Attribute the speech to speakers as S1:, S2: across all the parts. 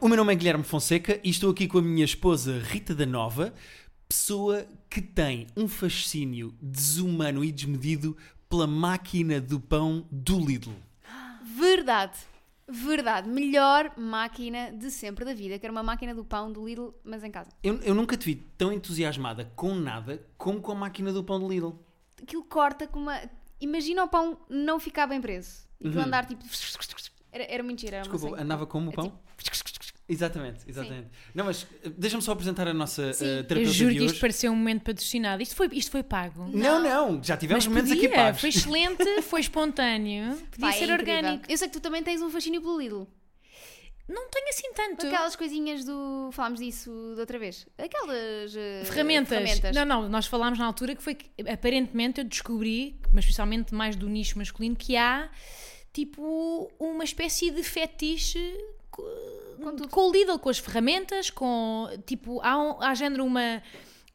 S1: O meu nome é Guilherme Fonseca e estou aqui com a minha esposa Rita da Nova, pessoa que tem um fascínio desumano e desmedido pela máquina do pão do Lidl.
S2: Verdade. Verdade. Melhor máquina de sempre da vida. Quero uma máquina do pão do Lidl, mas em casa.
S1: Eu, eu nunca te vi tão entusiasmada com nada como com a máquina do pão do Lidl.
S2: Aquilo corta com uma. Imagina o pão não ficar bem preso. E aquilo andar tipo. Era, era muito giro, era uma
S1: Uhum. Desculpa,
S2: senha.
S1: andava como o pão? É tipo- Exatamente, exatamente. Não, mas eh, deixa-me só apresentar a nossa
S2: Sim.
S1: eh,
S3: Eu
S1: terapeuta
S3: juro
S1: de
S3: que isto
S1: hoje.
S3: parecia um momento patrocinado. Isto foi, isto foi pago.
S1: Não, não, já tivemos
S3: Mas
S1: momentos
S3: podia,
S1: aqui pagos.
S3: foi excelente, foi espontâneo, podia
S2: Pá, é
S3: ser
S2: incrível.
S3: orgânico.
S2: Eu sei que tu também tens um fascínio pelo Lidl.
S3: Não tenho assim tanto.
S2: Aquelas coisinhas do. Falámos disso da outra vez. Aquelas. eh,
S3: Ferramentas.
S2: ferramentas.
S3: Não, não, nós falámos na altura que foi que aparentemente eu descobri, mas especialmente mais do nicho masculino, que há tipo uma espécie de fetiche co-
S2: Com tudo.
S3: com o Lidl, com as ferramentas, com tipo, há, um- há género uma.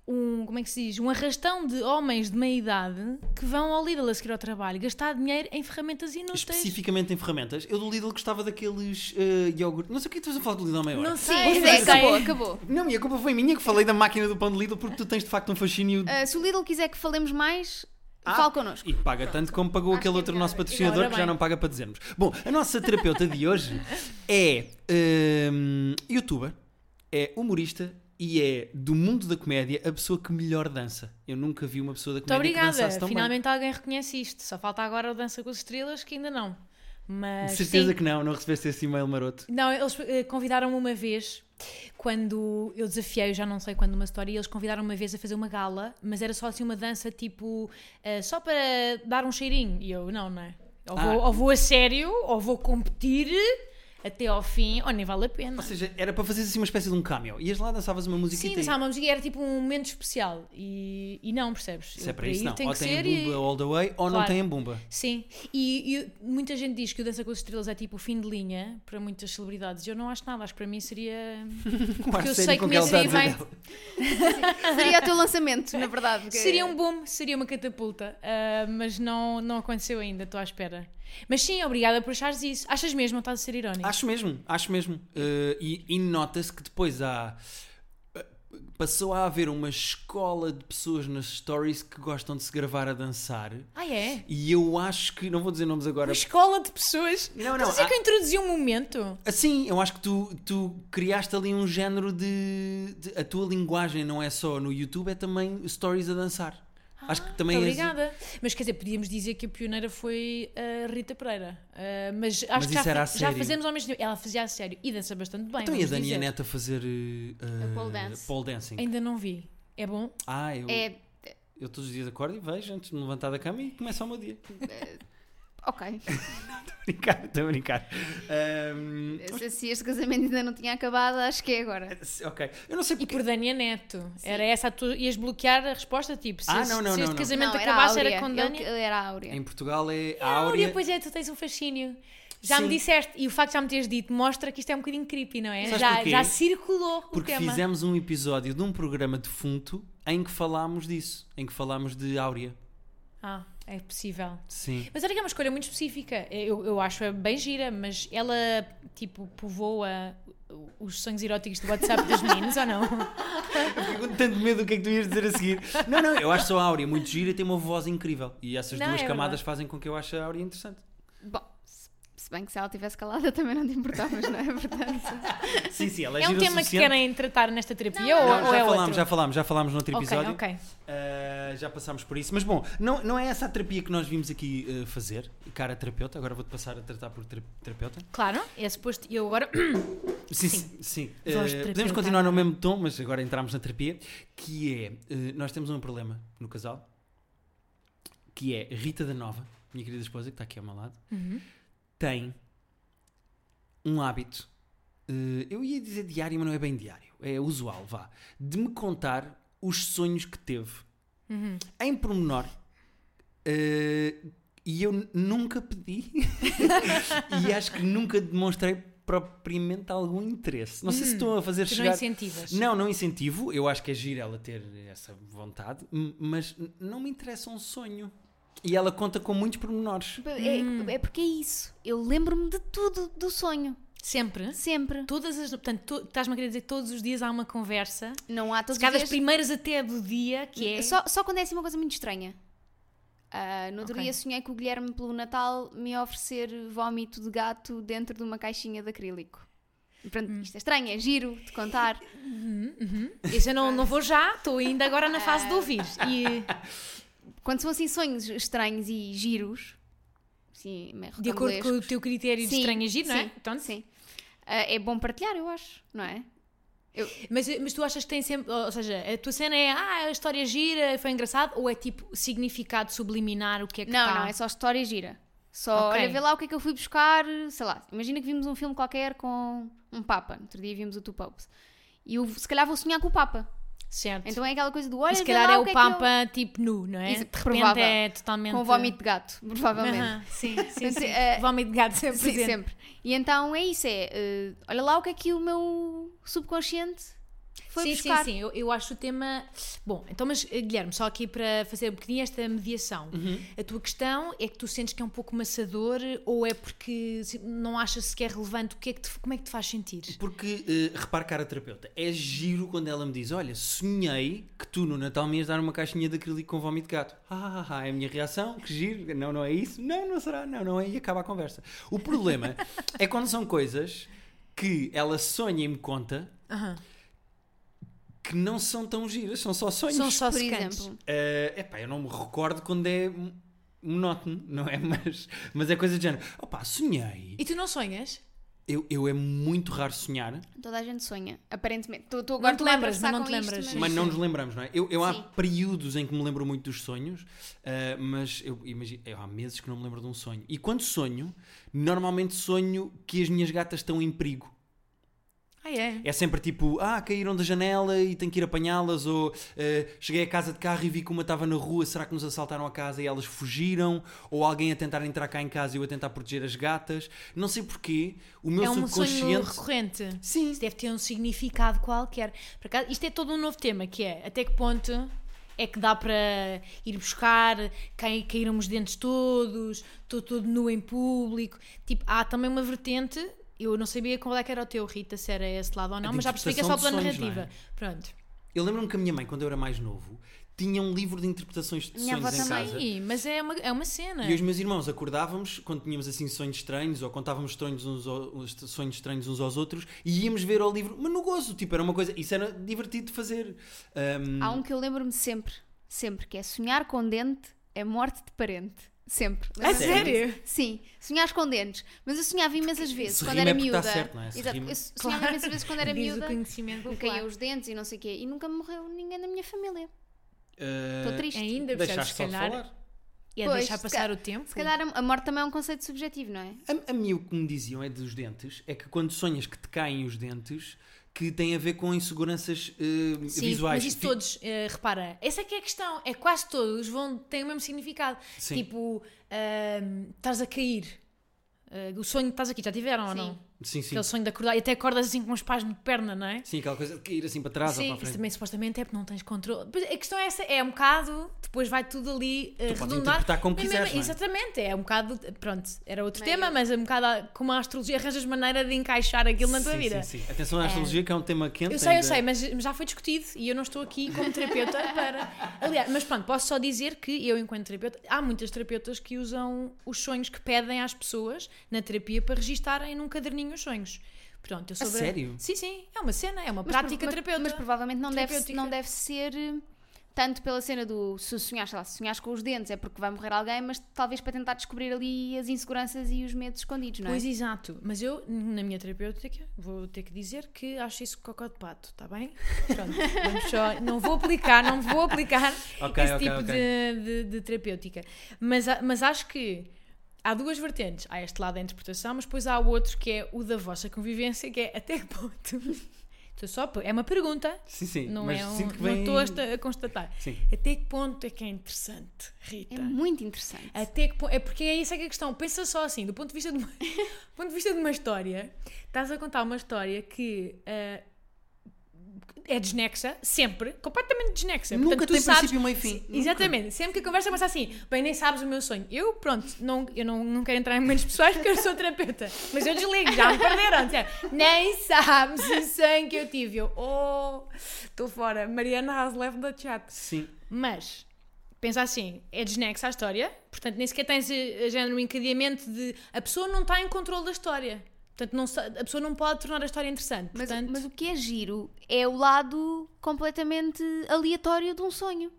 S3: Um, como é que se diz? Um arrastão de homens de meia idade que vão ao Lidl a seguir ao trabalho gastar dinheiro em ferramentas inúteis.
S1: Especificamente em ferramentas. Eu do Lidl gostava daqueles eh, iogurtes. Não sei o que é que estás a falar do Lidl à meia hora.
S3: Não
S2: Sim,
S3: sei,
S2: sim,
S3: não sei.
S2: acabou, acabou.
S1: Não, e a culpa foi minha que falei da máquina do pão de Lidl porque tu tens de facto um fascínio.
S3: É.
S2: Ah, se o Lidl quiser que falemos mais,
S1: Ah,
S2: fale connosco.
S1: E que paga tanto como pagou
S2: Acho
S1: aquele
S2: que é
S1: outro
S2: melhor.
S1: nosso patrocinador
S3: Ora
S1: que já
S3: bem.
S1: não paga para dizermos. Bom, a nossa terapeuta de hoje é hum, youtuber, é humorista e é do mundo da comédia a pessoa que melhor dança. Eu nunca vi uma pessoa da
S3: Muito
S1: comédia que dançasse
S3: obrigada.
S1: tão
S3: Finalmente alguém reconhece isto. Só falta agora o Dança com as Estrelas, que ainda não.
S1: bem.
S3: Mas
S1: De certeza
S3: sim.
S1: que não, não recebeste esse e-mail maroto.
S3: Não, eles eh, convidaram-me uma vez, quando eu desafiei, eu já não sei quando, uma história, e eles convidaram-me uma vez a fazer uma gala, mas era só assim uma dança tipo, eh, só para dar um cheirinho. E eu, não, não é? Ou,
S1: Ah.
S3: vou, ou vou a sério, ou vou competir até ao fim, ou nem vale a pena.
S1: Ou seja, era para fazer assim uma espécie de um cameo. Ias lá, dançavas uma musiquita
S3: Sim,
S1: e-
S3: dançava uma música e era tipo um momento especial. E, e não, percebes?
S1: Se é
S3: Eu,
S1: para isso,
S3: ir
S1: não.
S3: tem
S1: Ou
S3: que
S1: tem a
S3: ser e-
S1: Bumba all the way ou não
S3: Claro.
S1: tem a Bumba.
S3: Sim, e, e muita gente diz que o Dança com as Estrelas é tipo o fim de linha para muitas celebridades. Eu não acho nada, acho que para mim seria.
S1: Porque
S3: eu sei que nesse
S1: está a
S3: aí
S1: dizer
S3: vai-
S1: dela.
S2: Seria o teu lançamento, na verdade. porque-
S3: Seria um boom, seria uma catapulta, ah, mas não, não aconteceu ainda, estou à espera. Mas sim, obrigada por achares isso. Achas mesmo, estás a ser irónico?
S1: Acho mesmo, acho mesmo. Eh, e e nota-se que depois há. eh, Passou a haver uma escola de pessoas nas stories que gostam de se gravar a dançar.
S3: Ah, é?
S1: E eu acho que. Não vou dizer nomes agora.
S3: Uma escola de pessoas.
S1: Não, não.
S3: Estás a dizer
S1: há-
S3: que eu introduzi um momento?
S1: Assim, eu acho que tu, tu criaste ali um género de, de- A tua linguagem não é só no YouTube, é também stories a dançar. acho que também é
S3: Muito
S1: és-
S3: Ah, Obrigada. Mas quer dizer, podíamos dizer que a pioneira foi a Rita Pereira. Ah, mas acho
S1: Mas
S3: que já,
S1: isso era a
S3: fa- já
S1: sério.
S3: fazemos ao mesmo tempo. Ela fazia a sério e dança bastante bem.
S1: Então e a
S3: vamos
S1: Dani e a
S3: dizer.
S1: Neta fazer. eh, eh,
S2: pole dance.
S1: pole dancing.
S3: Ainda não vi. É bom?
S1: Ah, eu,
S2: É.
S1: eu todos os dias acordo e vejo antes de me levantar da cama e começa o meu dia.
S2: Ok.
S1: brincar, estou a brincar. Ahm,
S2: Se, se este casamento ainda não tinha acabado, acho que é agora.
S1: ok. Eu não sei
S3: E
S1: porque.
S3: por Dania Neto. Era essa a tua. Ias bloquear a resposta? Tipo, se,
S1: Ah,
S3: esse-
S1: não, não,
S3: se
S1: não,
S3: este
S1: não.
S3: casamento
S2: não, era
S3: acabasse,
S2: a
S3: era,
S2: Áurea.
S3: com
S2: Ele
S3: Dania.
S2: que- era a Áurea.
S1: Em Portugal é a
S3: Ah,
S1: Áurea.
S3: pois é, tu tens um fascínio. Já
S1: Sim.
S3: me disseste, e o facto de já me teres dito mostra que isto é um bocadinho creepy, não é?
S1: Sabes
S3: Já,
S1: porquê?
S3: já circulou
S1: Porque
S3: o tema.
S1: fizemos um episódio de um programa defunto em que falámos disso. Em que falámos de Áurea.
S3: Ah, é possível.
S1: Sim.
S3: Mas olha que é uma escolha muito específica. É, Eu, eu acho bem gira, mas ela, tipo, povoa os sonhos eróticos do WhatsApp dos meninos, ou não?
S1: Eu fico com tanto medo do que é que tu ias dizer a seguir. Não, não, eu acho só a Áurea muito gira e tem uma voz incrível. E essas
S3: Não,
S1: duas
S3: é
S1: camadas
S3: verdade.
S1: fazem com que eu ache a Áurea interessante.
S2: Bom, se, se bem que se ela tivesse calada também não te importavas, não é? Portanto,
S1: Sim, sim, ela é,
S3: É um
S1: gira o
S3: tema que
S1: suficiente.
S3: querem tratar nesta terapia
S2: Não,
S3: ou,
S1: Não,
S3: ou
S1: já
S3: é
S1: falámos,
S3: outro?
S1: já falámos, já falámos no outro episódio.
S3: Ok, ok.
S1: Uh, já passámos por isso. Mas bom, não, não é essa a terapia que nós vimos aqui uh, fazer, cara terapeuta. Agora vou-te passar a tratar por tera- terapeuta.
S3: Claro, é suposto. E eu agora.
S1: Sim,
S3: Sim.
S1: sim. sim. Uh,
S3: Voz de
S1: podemos
S3: terapeuta
S1: continuar no
S3: agora.
S1: mesmo tom, mas agora entramos na terapia. Que é, uh, nós temos um problema no casal, que é Rita da Nova, minha querida esposa, que está aqui ao meu lado,
S3: Uhum.
S1: tem um hábito, uh, eu ia dizer diário, mas não é bem diário, é usual, vá, de me contar os sonhos que teve
S3: Uhum.
S1: em pormenor eh, e eu n- nunca pedi e acho que nunca demonstrei propriamente algum interesse. Não sei se estou a fazer
S3: Hum. Tu não
S1: chegar.
S3: incentivas.
S1: Não, não incentivo. Eu acho que é giro ela ter essa vontade, m- mas n- não me interessa um sonho. E
S3: Hum.
S1: ela conta com muitos pormenores.
S2: é, é porque é isso. Eu lembro-me de tudo do sonho.
S3: Sempre.
S2: Sempre.
S3: Todas as. Portanto, tu- estás-me a querer dizer que todos os dias há uma conversa.
S2: Não há
S3: Se
S2: todos
S3: calhar
S2: os dias.
S3: das primeiras até do dia, que é.
S2: Só, só quando é assim uma coisa muito estranha. Ah, no outro
S3: Ok.
S2: dia sonhei que o Guilherme, pelo Natal, me oferecer vómito de gato dentro de uma caixinha de acrílico. Pronto,
S3: Hum.
S2: isto é estranho, é giro de contar.
S3: Isso eu não, não vou já, estou ainda agora na fase de ouvir. E
S2: Quando são assim sonhos estranhos e giros, sim,
S3: de acordo com o teu critério de estranho agir, não é?
S2: Sim,
S3: Pronto.
S2: sim. Ah, é bom partilhar, eu acho, não é?
S3: Mas, mas tu achas que tem sempre. Ou seja, a tua cena é. Ah, a história gira, foi engraçado? Ou é tipo significado subliminar? O que é que
S2: Não,
S3: tá?
S2: não, é só história gira. Só,
S3: Ok.
S2: olha, vê lá o que é que eu fui buscar, sei lá, imagina que vimos um filme qualquer com um Papa, no outro dia vimos o Two Popes, e eu se calhar vou sonhar com o Papa,
S3: Certo.
S2: então é aquela coisa do olha,
S3: e se
S2: vê
S3: calhar
S2: lá
S3: é
S2: o
S3: o
S2: que é que
S3: Pampa tipo nu, não é?
S2: Isso,
S3: de repente
S2: provável.
S3: é
S2: eu-
S3: totalmente.
S2: com vómito de gato, provavelmente.
S3: Aham, Sim, sim.
S2: Portanto,
S3: sim.
S2: é-
S3: Vómito de gato sempre
S2: Sim,
S3: presente.
S2: sempre. E então é isso, é, eh, olha lá o que é que o meu subconsciente foi
S3: sim,
S2: buscar.
S3: sim, sim, eu, eu acho o tema. Bom, então, mas eh, Guilherme, só aqui para fazer um bocadinho esta mediação.
S2: Uhum.
S3: A tua questão é que tu sentes que é um pouco maçador ou é porque se- não achas sequer relevante? O que é que te- como é que te faz sentir?
S1: Porque, eh, repare, cara terapeuta, é giro quando ela me diz: Olha, sonhei que tu no Natal me ias dar uma caixinha de acrílico com vómito de gato. Ah, ah, ah, ah, é a minha reação, que giro. Não, não é isso. Não, não será. Não, não é. E acaba a conversa. O problema é quando são coisas que ela sonha e me conta
S3: Aham.
S1: que não são tão giras, são só sonhos.
S3: São só
S2: Por
S3: secantes.
S2: exemplo,
S1: Eh, epá, eu não me recordo quando é m- monótono, não é? Mas, mas é coisa de género. Opá, sonhei.
S3: E tu não sonhas?
S1: Eu, eu é muito raro sonhar.
S2: toda a gente sonha, aparentemente. Tu, tu agora
S3: te
S2: tu vai
S3: lembras, mas
S2: atravessar com
S3: não te
S2: isto,
S3: lembras.
S1: Mas não nos lembramos, não é? Eu, eu há
S2: Sim.
S1: períodos em que me lembro muito dos sonhos, ah, mas eu imagino, eu há meses que não me lembro de um sonho. E quando sonho, normalmente sonho que as minhas gatas estão em perigo.
S3: Ah, é?
S1: É sempre tipo, ah, caíram da janela e tenho que ir apanhá-las, ou ah, cheguei a casa de carro e vi que uma estava na rua, será que nos assaltaram a casa e elas fugiram? Ou alguém a tentar entrar cá em casa e eu a tentar proteger as gatas? Não sei porquê, o meu
S3: é um sonho
S1: subconsciente.
S3: recorrente.
S1: Sim,
S3: Isso deve ter um significado qualquer. Por acaso, isto é todo um novo tema, que é até que ponto é que dá para ir buscar, cai- caíram os dentes todos, estou todo nu em público. Tipo, há também uma vertente, eu não sabia qual é que era o teu, Rita, se era esse lado ou não,
S1: de
S3: mas já percebi que é só pela
S1: interpretação de sonhos,
S3: narrativa.
S1: não
S3: Pronto.
S1: eu lembro-me que a minha mãe, quando eu era mais novo, tinha um livro de interpretações de
S2: Minha
S1: sonhos
S2: avó
S1: em
S2: também.
S1: casa.
S3: Sim, mas é uma, é uma cena.
S1: E os meus irmãos acordávamos quando tínhamos assim sonhos estranhos ou contávamos sonhos uns, ao- uns- sonhos estranhos uns aos outros e íamos ver ao livro, mas no gozo, tipo, era uma coisa, isso era divertido de fazer. Ahm,
S2: Há um que eu lembro-me sempre, sempre, que é sonhar com dente é morte de parente. Sempre.
S3: A
S2: Lembra-me
S1: sério?
S3: É sério?
S2: Sim, sonhar com dentes. Mas eu sonhava imensas vezes
S1: se
S2: quando
S1: rima
S2: era
S1: é porque tá
S2: miúda.
S1: certo, não é? Se
S2: Exato.
S1: rima.
S2: Eu sonhava imensas vezes quando era
S3: Diz
S2: miúda.
S3: o conhecimento
S2: Me
S3: popular.
S2: caíam os dentes e não sei o quê. E nunca morreu ninguém da minha família.
S1: ah,
S2: Estou triste.
S3: Ainda percebes,
S1: deixaste
S3: se
S1: só de
S3: calhar.
S1: falar.
S3: E é
S2: Pois,
S3: deixar
S2: se
S3: passar
S2: ca-
S3: o tempo.
S2: Se calhar a a morte também é um conceito subjetivo, não é?
S1: A, a mim o que me diziam é dos dentes, é que quando sonhas que te caem os dentes, que tem a ver com inseguranças ah,
S3: Sim,
S1: visuais.
S3: mas isso
S1: Fi-
S3: todos, eh, repara, essa é que é a questão, é quase todos vão, têm o mesmo significado.
S1: Sim.
S3: Tipo, ahm, estás a cair. Ah, o sonho que estás aqui, já tiveram ou
S2: Sim.
S3: não?
S1: Sim, sim.
S3: Aquele sonho de acordar, e até acordas assim com um espasmo de perna, não é?
S1: Sim, aquela coisa de cair assim para trás
S3: Sim,
S1: ou para a
S3: isso
S1: frente.
S3: também supostamente é porque não tens controle. Pois, a questão é essa, é um bocado, depois vai tudo ali eh,
S1: Tu podes
S3: redundar.
S1: interpretar como
S3: Mas
S1: quiseres, não é?
S3: Exatamente, é um bocado, pronto, era outro
S2: Meio-
S3: tema, mas é um bocado como a astrologia, arranjas maneira de encaixar aquilo na tua
S1: Sim,
S3: vida.
S1: sim, sim. Atenção à astrologia, que é um tema quente.
S3: Eu sei, eu
S1: ainda.
S3: sei, mas já foi discutido e eu não estou aqui como terapeuta para. Aliás, mas pronto, posso só dizer que eu, enquanto terapeuta, há muitas terapeutas que usam os sonhos que pedem às pessoas na terapia para registarem num caderninho os sonhos. Pronto, eu sou.
S1: A
S3: bra-
S1: sério?
S3: Sim, sim, é uma cena, é uma
S2: Mas
S3: prática
S2: prova- mas-
S3: terapeuta.
S2: Mas provavelmente não deve,
S3: Terapêutica.
S2: não deve ser eh, tanto pela cena do se sonhares, sei lá, se sonhares com os dentes é porque vai morrer alguém, mas talvez para tentar descobrir ali as inseguranças e os medos escondidos, não é?
S3: Pois exato, mas eu, na minha terapêutica, vou ter que dizer que acho isso cocó de pato, está bem? Pronto, vamos só, não vou aplicar, não vou aplicar
S1: Ok,
S3: esse
S1: ok,
S3: tipo
S1: ok.
S3: de- De, de terapêutica. Mas, a- mas acho que há duas vertentes. Há este lado da interpretação, mas depois há o outro que é o da vossa convivência, que é até que ponto. Estou só, a- é uma pergunta,
S1: Sim, sim.
S3: não
S1: mas
S3: é um,
S1: sinto que
S3: não
S1: vem...
S3: estou a esta- a constatar.
S1: Sim.
S3: Até que ponto é que é interessante, Rita?
S2: É muito interessante.
S3: Até que po- É porque é isso é que é a questão. Pensa só assim, do ponto de vista de uma, do ponto de, vista de uma história, estás a contar uma história que. ah, eh, é desnexa, sempre, completamente desnexa.
S1: Nunca
S3: Portanto, tu
S1: tem
S3: sabes-
S1: princípio, meio e fim. Nunca.
S3: Exatamente, sempre que a conversa começa assim, bem, nem sabes o meu sonho. Eu, pronto, não, eu não, não quero entrar em momentos pessoais porque eu sou terapeuta, mas eu desligo, já me perderam. disseram, nem sabes o sonho que eu tive. Eu, oh, estou fora, Mariana has left the chat.
S1: Sim.
S3: Mas, pensa assim, é desnexa a história, portanto nem sequer tens eh, género um encadeamento de... A pessoa não está em controle da história. Portanto, não, sa- a pessoa não pode tornar a história interessante.
S2: Mas,
S3: portanto,
S2: mas o que é giro é o lado completamente aleatório de um sonho.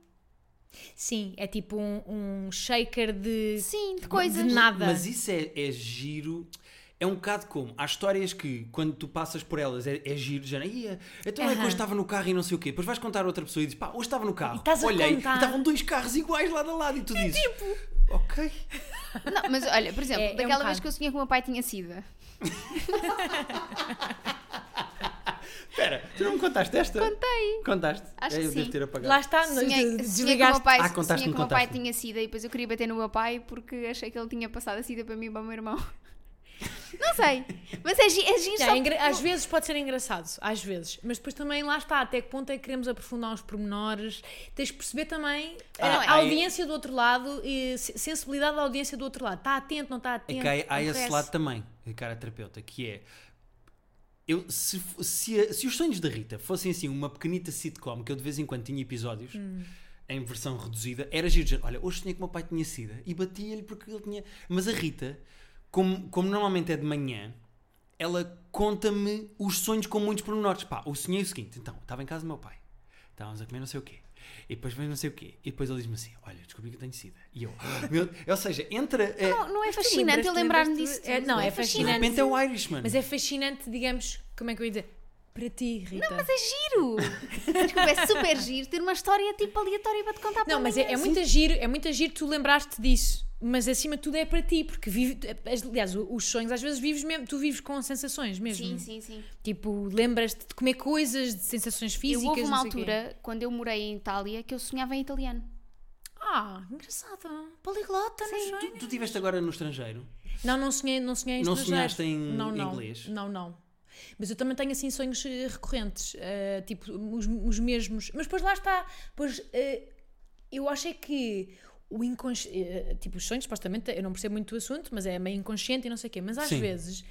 S3: Sim, é tipo um, um shaker de,
S2: Sim, de
S3: de
S2: coisas.
S3: nada.
S1: Mas isso é, é giro. É um bocado como. Há histórias que, quando tu passas por elas, é, é giro. Já, Ia, então é que
S3: Aham.
S1: hoje estava no carro e não sei o quê. Depois vais contar a outra pessoa e dizes, pá, hoje estava no carro.
S3: E estás a
S1: olhei e
S3: contar. É tipo-
S1: estavam dois carros iguais lado a lado. E tu dizes, ok.
S2: Não, mas olha, por exemplo,
S3: É- é um
S2: daquela vez
S3: bocado.
S2: que eu sonhei que o meu pai tinha sida.
S1: Espera, tu não me contaste esta?
S2: Contei.
S1: Contaste?
S2: Acho
S1: É,
S2: que
S1: eu devo
S2: sim.
S1: ter apagado.
S3: Lá está, não-
S2: Sonhei,
S3: de-
S2: sonhei que o meu
S3: desligaste.
S2: pai,
S1: Ah, contaste-me,
S2: sonhei que o meu pai
S1: contaste-me.
S2: tinha sida e depois eu queria bater no meu pai porque achei que ele tinha passado a sida para mim e para o meu irmão. Não sei, mas é, gi- é giro
S3: Já,
S2: só
S3: é engra-
S2: porque-
S3: Às vezes pode ser engraçado, às vezes. Mas depois também lá está, até que ponto é que queremos aprofundar os pormenores. Tens de perceber também
S1: Ah,
S3: eh,
S1: não, é-
S3: a audiência do outro lado e se- sensibilidade da audiência do outro lado. Está atento, não está
S1: É
S3: atento.
S1: que há, há esse
S3: acontece.
S1: lado também, cara terapeuta, que é. Eu, se, f- se, a- se os sonhos da Rita fossem assim uma pequenita sitcom que eu de vez em quando tinha episódios em versão reduzida, era giro dizer, olha, hoje sonhei que o meu pai tinha sida e batia-lhe porque ele tinha. Mas a Rita, como, como normalmente é de manhã, ela conta-me os sonhos com muitos pormenores. Pá, eu sonhei o seguinte, então, estava em casa do meu pai, estávamos a comer não sei o quê, e depois vem não sei o quê, e depois ele diz-me assim, olha, descobri que eu tenho sida. E eu, "Ah, meu, ou seja, entra. é,
S2: Não, não é
S3: tu
S2: fascinante eu
S3: lembras-te-
S2: lembrar-me disso.
S3: é-
S2: tudo,
S3: não, é
S1: de
S3: fascinante.
S1: repente é o Irishman.
S3: Mas é fascinante, digamos, como é que eu ia dizer? Para ti, Rita. Não, mas
S2: Mas é giro! Desculpa, é super giro ter uma história tipo aleatória para te contar para
S3: é, é muito giro, é muito giro tu lembraste disso. Mas acima de tudo é para ti, porque vive, aliás, o- os sonhos às vezes vives mesmo, tu vives com sensações mesmo.
S2: Sim, sim, sim.
S3: Tipo, lembras-te de comer coisas, de sensações físicas.
S2: eu houve uma
S3: não sei o quê.
S2: altura, quando eu morei em Itália, que eu sonhava em italiano.
S3: Ah, engraçado. Poliglota, não
S1: Tu,
S3: sonho.
S1: tu tiveste agora no estrangeiro?
S3: Não, não sonhei, não sonhei em
S1: Não
S3: estrangeiro.
S1: sonhaste em
S3: não, não,
S1: inglês?
S3: Não, não. Mas eu também tenho assim sonhos eh, recorrentes, eh, tipo os, os mesmos. Mas depois lá está. Pois eh, eu acho é que o inconsciente. tipo, os sonhos, supostamente, eu não percebo muito o assunto, mas é meio inconsciente e não sei o quê. Mas às
S1: Sim.
S3: vezes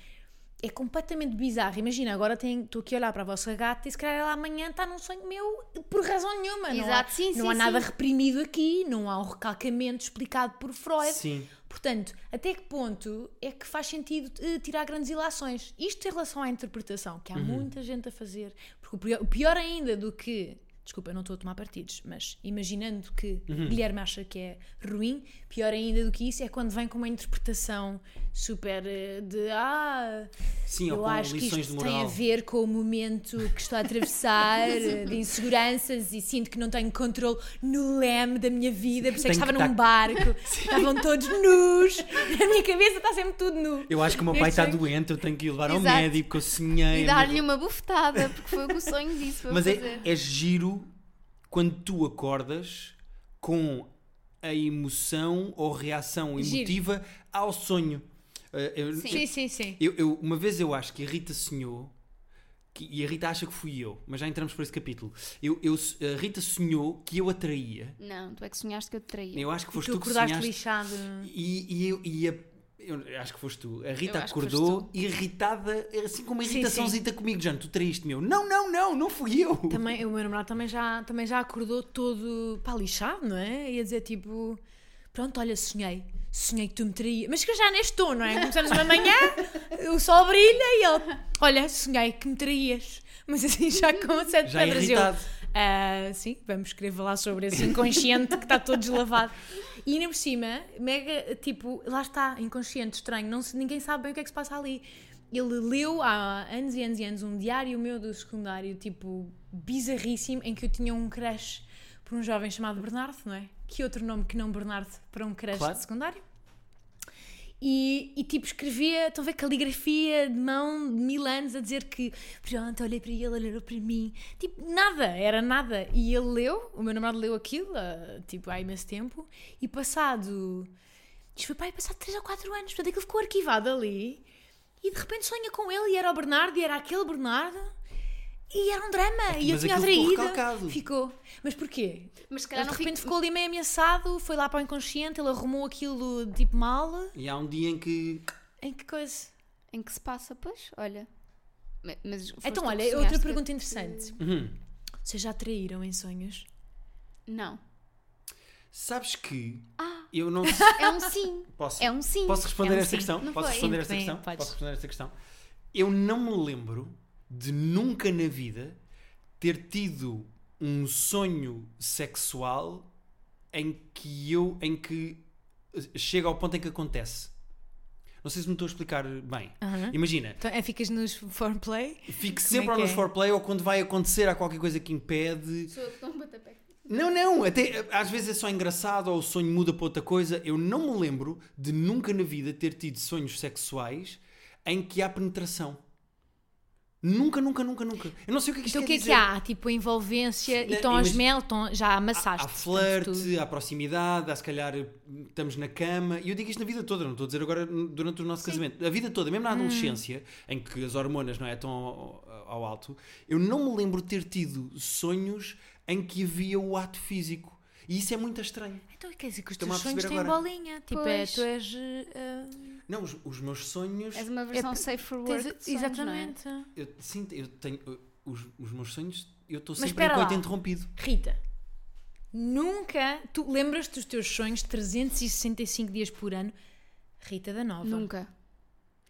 S3: é completamente bizarro. Imagina, agora tenho- estou aqui a olhar para a vossa gata e se calhar ela amanhã está num sonho meu por razão nenhuma. não há,
S2: Exato, sim,
S3: não
S2: sim,
S3: há nada
S2: sim.
S3: reprimido aqui, não há um recalcamento explicado por Freud.
S1: Sim.
S3: Portanto, até que ponto é que faz sentido eh, tirar grandes ilações? Isto em relação à interpretação, que há muita gente a fazer. Porque o pior, o pior ainda do que. Desculpa, eu não estou a tomar partidos, mas imaginando que Guilherme acha que é ruim, pior ainda do que isso é quando vem com uma interpretação super eh, de. Ah,
S1: Sim, ou
S3: eu
S1: com
S3: acho que
S1: lições
S3: isto
S1: de
S3: tem a
S1: moral.
S3: ver com o momento que estou a atravessar, eh, de inseguranças e sinto que não tenho controle no leme da minha vida, por isso é que
S1: Tenho que
S3: estava num
S1: tá-
S3: barco, estavam todos nus, na minha cabeça está sempre tudo nu.
S1: Eu acho que o meu
S3: Eu
S1: pai está
S3: sei.
S1: doente, eu tenho que ir levar ao
S2: Exato.
S1: médico, eu sonhei.
S2: E dar-lhe uma bufetada, porque foi o que o sonho disse para eu
S1: Mas
S2: fazer.
S1: é, é giro quando tu acordas com a emoção ou reação
S3: Giro.
S1: emotiva ao sonho. Eh, eu-
S2: Sim.
S3: Sim, sim, sim.
S1: Eu, eu- uma vez eu acho que a Rita sonhou que- e a Rita acha que fui eu, mas já entramos por esse capítulo. Eu, eu- a Rita sonhou que eu atraía.
S2: Não, tu é que sonhaste que eu te traía.
S1: Eu acho que foste
S3: tu
S1: tu, que
S3: acordaste
S1: sonhaste.
S3: lixado.
S1: E, e, eu- e a- eu acho que foste tu. A Rita
S2: Eu acho que foste
S1: acordou irritada, assim com uma
S3: Sim, sim.
S1: irritaçãozita comigo, Jano, tu traíste meu. Não, não, não, não fui eu.
S3: Também, o meu namorado também já, também já acordou todo pá, lixado, não é? Ia dizer tipo: Pronto, olha, sonhei, sonhei que tu me traías. Mas que já neste tom, não é? Começamos uma manhã, o sol brilha e ele: Olha, sonhei que me traías. Mas assim já com
S2: é
S3: sete
S1: Já
S3: pedras eu.
S1: irritado.
S3: "Ah, sim, vamos escrever lá sobre esse inconsciente que está todo deslavado. E ainda por cima, mega, tipo, lá está, inconsciente, estranho, não se, ninguém sabe bem o que é que se passa ali. Ele leu há anos e anos e anos um diário meu do secundário, tipo, bizarríssimo, em que eu tinha um crush por um jovem chamado Bernardo, não é? Que outro nome que não Bernardo para um crush
S1: Claro.
S3: de secundário? E, e, tipo escrevia, estão a ver caligrafia de mão de mil anos a dizer que pronto, olhei para ele, ele olhou para mim. Tipo, nada, era nada. E ele leu, o meu namorado leu aquilo, ah, tipo, há imenso tempo. E passado, isto foi pai, passado 3 ou 4 anos, portanto aquilo ficou arquivado ali. E de repente sonha com ele e era o Bernardo e era aquele Bernardo. E era um drama. e eu
S1: mas aquilo
S3: tinha
S1: ficou
S3: atraído.
S1: recalcado.
S3: Ficou. Mas porquê?
S2: Mas se
S3: Ele
S2: calhar
S3: de
S2: não
S3: repente
S2: fico...
S3: ficou ali meio ameaçado, foi lá para o inconsciente, ele arrumou aquilo tipo mal.
S1: E há um dia em que.
S3: Em que coisa?
S2: Em que se passa, pois? Olha. Ma- Mas foste tu
S3: então,
S2: que
S3: olha, outra
S2: sonhaste que-
S3: pergunta interessante.
S1: Uhum.
S3: Vocês já traíram em sonhos?
S2: Não.
S1: Sabes que
S2: Ah.
S1: eu não sei.
S2: É um sim.
S1: Posso,
S2: É um sim.
S1: posso responder
S3: É um
S1: esta
S3: sim.
S1: questão?
S2: Não
S1: Posso
S2: foi?
S1: responder esta
S3: Sim,
S1: questão?
S3: podes.
S1: Posso responder esta questão? Eu não me lembro de nunca na vida ter tido um sonho sexual em que eu em que eh, chega ao ponto em que acontece. Não sei se me estou a explicar bem.
S3: Aham.
S1: Imagina,
S3: Então, é, ficas nos foreplay?
S1: fico
S3: Como é
S1: sempre
S3: que
S1: ao nos
S3: é?
S1: foreplay ou quando vai acontecer há qualquer coisa que impede.
S2: Sou eu que estou a bater pé.
S1: Não, não, até às vezes é só engraçado ou o sonho muda para outra coisa. Eu não me lembro de nunca na vida ter tido sonhos sexuais em que há penetração. Nunca, nunca, nunca, nunca. Eu não sei o que é que isto
S3: Então o
S1: quer
S3: que é
S1: dizer.
S3: que há? Tipo, envolvência e
S1: Não,
S3: estão aos
S1: imagina-
S3: mel, estão- já amassaste.
S1: Há
S3: portanto, tudo.
S1: flerte, há proximidade, há se calhar estamos na cama. E eu digo isto na vida toda, não estou a dizer agora durante o nosso casamento. A vida toda, mesmo na
S3: Hum.
S1: adolescência, em que as hormonas não é tão ao, ao alto, eu não me lembro de ter tido sonhos em que havia o ato físico. E isso é muito estranho.
S3: Então quer dizer que os
S1: Estou-me
S3: teus
S1: a
S3: sonhos têm
S1: perceber agora.
S3: bolinha. Tipo, é,
S2: Pois.
S3: tu és. eh,
S1: Não, os, os meus sonhos.
S2: És um uma versão
S3: É-
S2: safe for
S3: ah,
S2: work.
S3: tens-
S2: de sonhos, é?
S3: exatamente.
S1: Eu sinto, eu tenho. eu- os, os meus sonhos, eu estou
S3: Mas
S1: sempre em
S3: espera lá.
S1: coito interrompido.
S3: Rita, nunca. Tu lembras dos teus sonhos 365 dias por ano? Rita da Nova.
S2: não é? Nunca.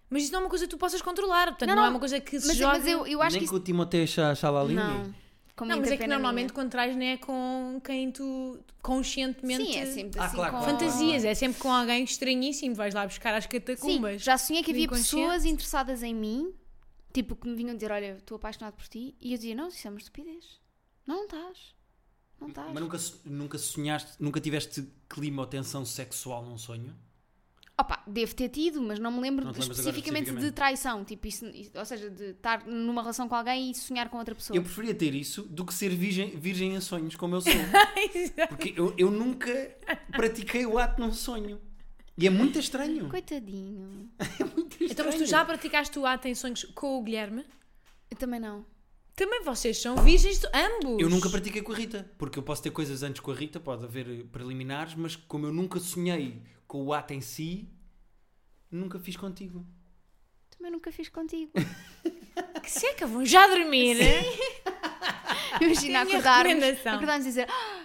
S3: Mas isso não é uma coisa que tu possas controlar, portanto não,
S2: Não,
S3: é
S2: não.
S3: uma coisa que se
S2: Mas,
S3: joga.
S2: mas eu, eu acho
S1: Nem
S2: que
S1: com
S2: isso...
S1: o Timothée Cha- Chalaline.
S2: Não. Como
S3: Não, mas é que
S2: entrepreneur
S3: normalmente quando traz não é com quem tu
S2: não é.
S3: conscientemente.
S2: Sim, é sempre
S1: Ah,
S2: assim
S1: claro,
S2: com...
S1: claro.
S3: Fantasias, é sempre com alguém estranhíssimo, vais lá buscar às
S2: Sim,
S3: catacumbas.
S2: já sonhei que
S3: do
S2: havia
S3: inconsciente.
S2: pessoas interessadas em mim, tipo, que me vinham dizer, olha, estou apaixonado por ti, e eu dizia, não, isso é uma estupidez. Não estás. Não estás.
S1: Mas nunca, so- nunca sonhaste, nunca tiveste clima ou tensão sexual num sonho?
S2: Opa, devo ter tido, mas não me lembro
S1: Não te lembras agora
S2: especificamente de
S1: especificamente.
S2: traição. Tipo, isso, isso- ou seja, de estar numa relação com alguém e sonhar com outra pessoa.
S1: Eu preferia ter isso do que ser virgem, virgem a sonhos, como eu sou. Porque eu, eu nunca pratiquei o ato num sonho. E é muito estranho.
S2: Coitadinho.
S1: Muito
S3: então, mas tu
S1: estranho.
S3: já praticaste o ato em sonhos com o Guilherme?
S2: Eu também não.
S3: Também vocês são virgens, ambos.
S1: Eu nunca pratiquei com a Rita, porque eu posso ter coisas antes com a Rita, pode haver eh, preliminares, mas como eu nunca sonhei com o ato em si, nunca fiz contigo.
S2: Também nunca fiz contigo.
S3: Ah, Que se acabam já a dormir.
S2: Imagina
S3: Sim, a
S2: acordarmos,
S3: recomendação.
S2: acordarmos e dizer, "Ah,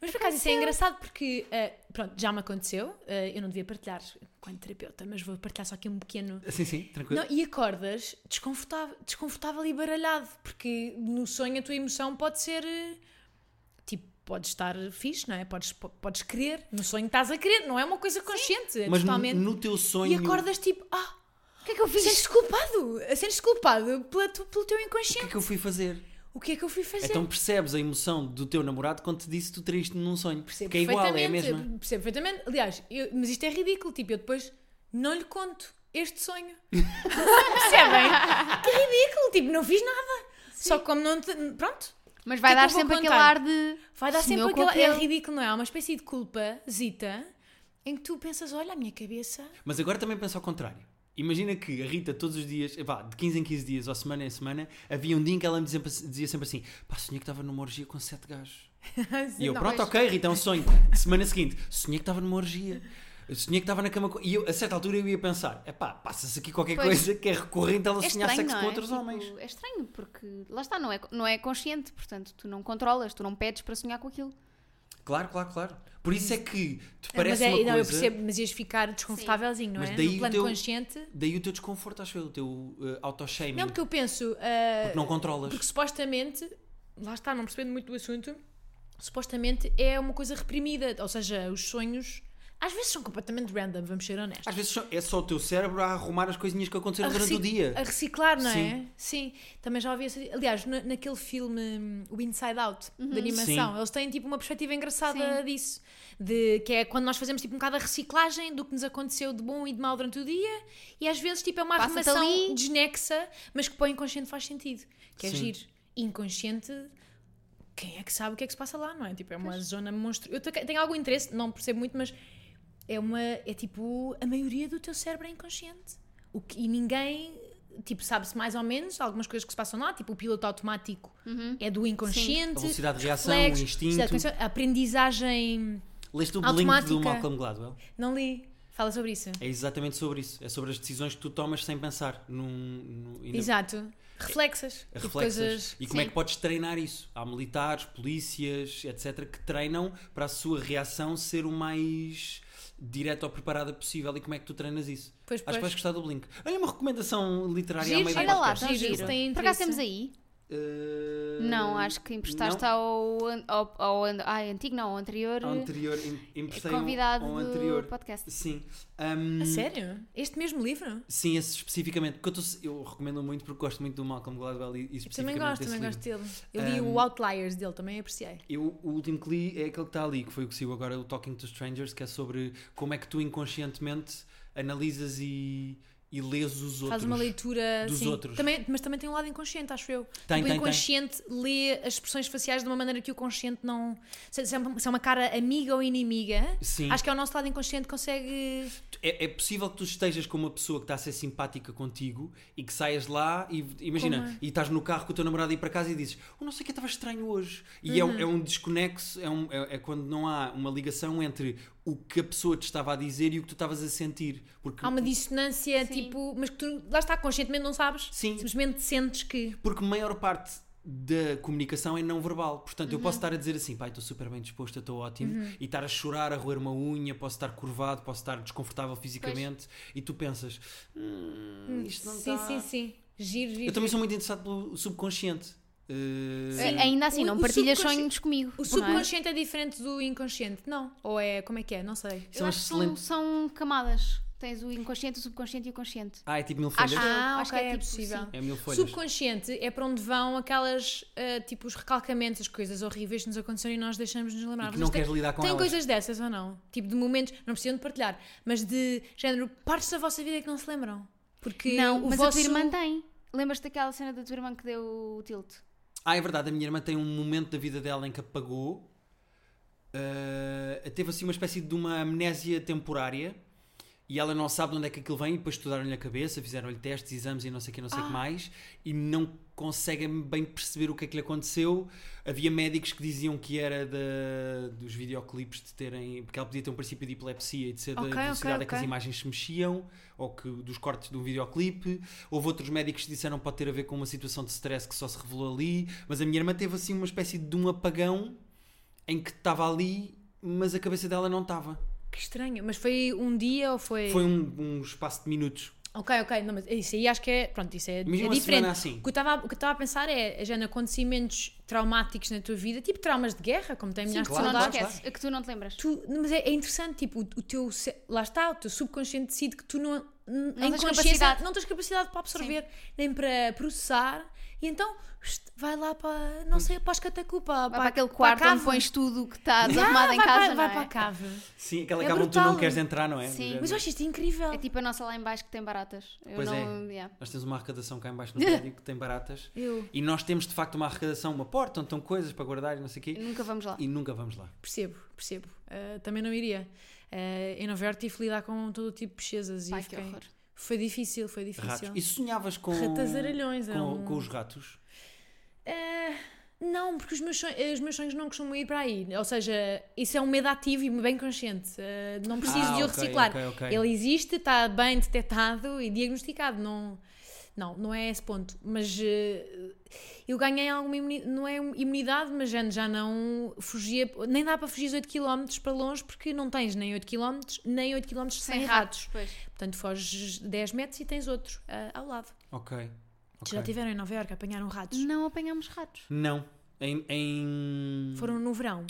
S3: Mas por acaso isso é engraçado porque, eh, pronto, já me aconteceu. eh, eu não devia partilhar enquanto terapeuta, mas vou partilhar só aqui um pequeno.
S1: Sim, sim, tranquilo.
S3: Não, e acordas desconfortável, desconfortável e baralhado, porque no sonho a tua emoção pode ser. eh, Tipo, podes estar fixe, não é? Podes, po- podes querer. No sonho estás a querer, não é uma coisa consciente. é
S1: mas
S3: totalmente.
S1: no teu
S3: E
S1: sonho.
S3: acordas tipo, ah,
S2: o que é que eu fiz?
S3: sentes culpado. Sentes culpado pela tu- pelo teu
S1: O que é
S3: inconsciente.
S1: que eu fui fazer?
S3: O que é que eu fui fazer?
S1: Então percebes a emoção do teu namorado quando te disse que tu traíste num sonho. Porque é igual, é a
S3: perfeitamente,
S1: mesma.
S3: Percebo perfeitamente. Aliás, eu- mas isto é ridículo. Tipo, eu depois não lhe conto este sonho. Percebem? que ridículo. Tipo, não fiz nada. Só que como não te. Pronto.
S2: Mas vai
S3: O que é
S2: dar
S3: que eu vou
S2: sempre aquele
S3: contar?
S2: ar de...
S3: Vai dar
S2: Se
S3: sempre
S2: meu
S3: aquela.
S2: corpo é
S3: É
S2: ele.
S3: ridículo, não é? Há uma espécie de culpa, zita, em que tu pensas: olha, a minha cabeça.
S1: Mas agora também pensa ao contrário. Imagina que a Rita todos os dias, vá, de 15 em 15 dias ou semana em semana, havia um dia em que ela me dizia, dizia sempre assim: pá, sonhei que estava numa orgia com sete gajos. E eu,
S2: Não,
S1: pronto,
S2: mas-
S1: ok, Rita, é um sonho. Semana seguinte, sonhei que estava numa orgia. Sonhei que estava na cama. com- E eu, a certa altura eu ia pensar: é pá, passa-se aqui qualquer
S2: Pois.
S1: coisa que é recorrente ela
S2: É
S1: sonhar
S2: estranho,
S1: sexo
S2: não é?
S1: com outros
S2: Tipo,
S1: homens.
S2: É estranho, porque lá está, não é, não é consciente, portanto, tu não controlas, tu não pedes para sonhar com aquilo.
S1: Claro, claro, claro. Por isso é que te
S3: Mas
S1: parece
S3: é,
S1: uma
S3: não,
S1: coisa.
S3: eu percebo, mas ias ficar desconfortávelzinho, não
S1: Mas
S3: é?
S1: daí
S3: No
S1: o
S3: plano
S1: teu-
S3: consciente.
S1: Daí o teu desconforto, acho eu, o teu eh, auto-shaming.
S3: Não, porque eu penso. ah,
S1: Porque não controlas.
S3: Porque supostamente, lá está, não percebendo muito do assunto, supostamente é uma coisa reprimida, ou seja, os sonhos às vezes são completamente random, vamos ser honestos.
S1: Às vezes só- é só o teu cérebro a arrumar as coisinhas que aconteceram durante o
S3: recic-
S1: dia.
S3: a reciclar, não é?
S1: Sim.
S3: Sim, também já ouvi essa. Aliás, na- naquele filme hum, O Inside Out,
S2: Uhum.
S3: de animação,
S1: Sim.
S3: eles têm tipo uma perspectiva engraçada disso. De, que é quando nós fazemos tipo um bocado a reciclagem do que nos aconteceu de bom e de mal durante o dia, e às vezes tipo é uma
S2: Passa-te
S3: arrumação
S2: ali.
S3: desnexa, mas que para o inconsciente faz sentido. Que é
S1: Sim.
S3: giro. Inconsciente, quem é que sabe o que é que se passa lá, não é? Tipo, é uma zona monstruosa. Eu te- tenho algum interesse, não percebo muito, mas é uma é tipo a maioria do teu cérebro é inconsciente o que, e ninguém tipo, sabe-se mais ou menos algumas coisas que se passam lá, tipo, o piloto automático
S2: Uhum.
S3: é do
S1: A
S3: inconsciente. então,
S1: velocidade de reação,
S3: reflexos,
S1: o instinto.
S3: velocidade de consciência, é aprendizagem.
S1: Leste o blink
S3: automática.
S1: do Malcolm Gladwell?
S3: Não li. Fala sobre isso.
S1: É exatamente sobre isso. É sobre as decisões que tu tomas sem pensar. Num, num- e na-
S3: Exato. Reflexas.
S1: a
S3: Tipo,
S1: É, reflexas.
S3: coisas-
S1: E como é
S2: sim.
S1: que podes treinar isso? Há militares, polícias, etc., que treinam para a sua reação ser o mais direta ou preparada possível. E como é que tu treinas isso?
S3: Pois,
S1: Acho
S3: pois.
S1: que vais gostar do Blink. Olha uma recomendação literária
S3: Giro,
S1: à meio do
S2: Olha lá,
S1: podcast.
S3: Não,
S2: está
S3: giro,
S2: giro.
S3: tem
S2: Por acaso temos
S3: interesse.
S2: aí?
S1: Eh,
S2: Não, acho que emprestaste ao, an- ao, ao an- ai, antigo, não, ao anterior,
S1: Ao anterior, em- emprestei
S2: É convidado
S1: ao anterior.
S2: do podcast.
S1: Sim. Ahm,
S3: A sério? Este mesmo livro?
S1: Sim, esse especificamente. Porque eu, tô- eu recomendo muito porque gosto muito do Malcolm Gladwell e, e
S3: Eu também
S1: especificamente
S3: gosto,
S1: desse
S3: também
S1: livro.
S3: gosto dele. Eu li
S1: Um,
S3: o Outliers dele, também apreciei.
S1: Eu, o último que li é aquele que está ali, que foi o que sigo agora, o Talking to Strangers, que é sobre como é que tu inconscientemente analisas e, e lês os outros.
S3: Faz uma leitura
S1: Dos
S3: sim.
S1: outros.
S3: Também, mas também tem um lado inconsciente, acho eu.
S1: Tem,
S3: Tipo, o
S1: tem, tem.
S3: inconsciente lê as expressões faciais de uma maneira que o consciente não. Se se é uma se é uma cara amiga ou inimiga,
S1: Sim.
S3: acho que é o nosso lado inconsciente que consegue.
S1: É, é possível que tu estejas com uma pessoa que está a ser simpática contigo e que saias de lá e imagina,
S3: Como é?
S1: e estás no carro com o teu namorado a ir para casa e dizes oh, não sei o que estava estranho hoje. E é
S3: Uhum.
S1: um- é, um desconexo, é, um- é- é quando não há uma ligação entre o que a pessoa te estava a dizer e o que tu estavas a sentir. Porque,
S3: Há uma dissonância,
S2: Sim.
S3: tipo. Mas que tu, lá está, conscientemente não sabes.
S1: Sim.
S3: Simplesmente sentes que.
S1: porque maior parte da comunicação é não verbal. Portanto,
S3: Uhum.
S1: eu posso estar a dizer assim, pai, estou super bem disposto, eu estou ótimo, e estar a chorar, a roer uma unha, posso estar curvado, posso estar desconfortável fisicamente, e tu pensas, "Hum, isto não
S3: sim,
S1: está...
S3: sim, sim. Giro, giro.
S1: Eu também sou muito interessado pelo subconsciente. Eh,
S3: Sim.
S2: A- Ainda assim,
S3: O-
S2: não
S3: o
S2: partilhas
S3: subconsci-
S2: sonhos comigo.
S3: O subconsciente é diferente do inconsciente, não? Ou é. Como é que é? Não sei.
S1: Isso é um
S2: são,
S1: excelente.
S2: são camadas. Tens o inconsciente, o subconsciente e o consciente.
S1: Ah, é tipo mil folhas?
S2: Acho-
S3: Ah,
S2: Eu
S3: ok,
S2: acho que é
S3: é,
S2: tipo,
S3: possível.
S2: sim.
S1: É mil folhas.
S3: Subconsciente é para onde vão aquelas, ah, tipo, os recalcamentos, as coisas horríveis que nos aconteceram e nós deixamos-nos lembrar.
S1: E que
S3: Vocês
S1: não
S3: têm-
S1: queres lidar com
S3: Tem
S1: elas.
S3: coisas dessas ou não? Tipo, de momentos, não precisam de partilhar, mas de género, partes da vossa vida é que não se lembram. Porque
S2: Não,
S3: o
S2: mas
S3: vosso...
S2: a tua irmã tem. Lembras-te daquela cena da tua irmã que deu o tilt?
S1: Ah, é verdade, a minha irmã tem um momento da vida dela em que apagou. eh, teve assim uma espécie de uma amnésia temporária e ela não sabe de onde é que aquilo vem. E depois estudaram-lhe a cabeça, fizeram-lhe testes, exames e não sei o que, não sei o
S3: Ah.
S1: que mais. E não consegue bem perceber o que é que lhe aconteceu. Havia médicos que diziam que era da- dos videoclipes de terem. porque ela podia ter um princípio de epilepsia e de ser da
S3: Ok, ok,
S1: velocidade a que as
S3: ok.
S1: imagens se mexiam ou que, dos cortes de um videoclipe. Houve outros médicos que disseram que pode ter a ver com uma situação de stress que só se revelou ali. Mas a minha irmã teve assim uma espécie de um apagão em que estava ali, mas a cabeça dela não estava.
S3: Que estranho, mas foi um dia ou foi...
S1: Foi um, um espaço de minutos.
S3: Ok, ok, não, mas isso aí acho que é, pronto, isso é, é
S1: Mesmo uma
S3: diferente.
S1: semana assim.
S3: O que eu estava a- o que eu estava a pensar é, já acontecimentos traumáticos na tua vida, tipo traumas de guerra, como tem milhares
S2: que
S1: claro,
S2: tu
S3: de
S2: não te
S3: soldados.
S1: claro,
S2: esqueces, que tu não te lembras.
S3: Tu- mas é, é interessante, tipo, o, o teu. ce- Lá está, o teu subconsciente decide que tu não. Não
S2: tens capacidade.
S3: não tens capacidade para absorver, nem para processar, e então ust, vai lá para, não sei, para as catacupas,
S2: Vai para aquele
S3: a
S2: quarto
S3: cave.
S2: onde pões tudo que está
S3: Yeah,
S2: desarrumado em
S3: vai
S2: casa,
S3: Para, vai
S2: não
S3: para
S2: é?
S3: a cave.
S1: Sim, aquela
S3: É
S1: cava onde tu não
S3: brutal.
S1: queres entrar, não é?
S2: Sim.
S1: Do género.
S3: Mas eu acho isto incrível.
S2: É tipo a nossa lá em baixo que tem baratas. Eu
S1: Pois
S2: não,
S1: é.
S2: yeah.
S1: Nós temos uma arrecadação cá em baixo no prédio que tem baratas.
S3: Eu
S1: E nós temos de facto uma arrecadação, uma porta onde estão coisas para guardar e não sei o quê.
S2: Nunca vamos lá.
S1: E nunca vamos lá.
S3: percebo, percebo. Ah, também não iria. Ah, em Nova Iorque tive de lidar com todo o tipo de pesquisas
S2: Pai,
S3: e
S2: que
S3: fiquei...
S2: horror.
S3: Foi difícil, foi difícil.
S1: Ratos. E sonhavas com.
S3: Ratazaralhões, é
S1: com,
S3: um-
S1: com os ratos?
S3: Ah, não, porque os meus, sonhos, eh, os meus sonhos não costumam ir para aí. Ou seja, isso é um medo ativo e bem consciente. Ah, não preciso
S1: Ah,
S3: de o
S1: ok,
S3: reciclar.
S1: ok, ok.
S3: Ele existe, está bem detectado e diagnosticado. Não, não, não é esse ponto. Mas ah, eu ganhei alguma imunidade, não é imunidade, mas já, já não fugia. Nem dá para fugir os 8 km para longe porque não tens nem 8 km, nem 8 km sem,
S2: Sem
S3: ratos.
S2: ratos, pois.
S3: Portanto, foges 10 metros e tens outro ah, ao lado.
S1: Ok. ok.
S3: Já tiveram em Nova Iorque, um apanharam ratos.
S2: Não apanhámos ratos.
S1: Não. Em. em-
S3: Foram no verão.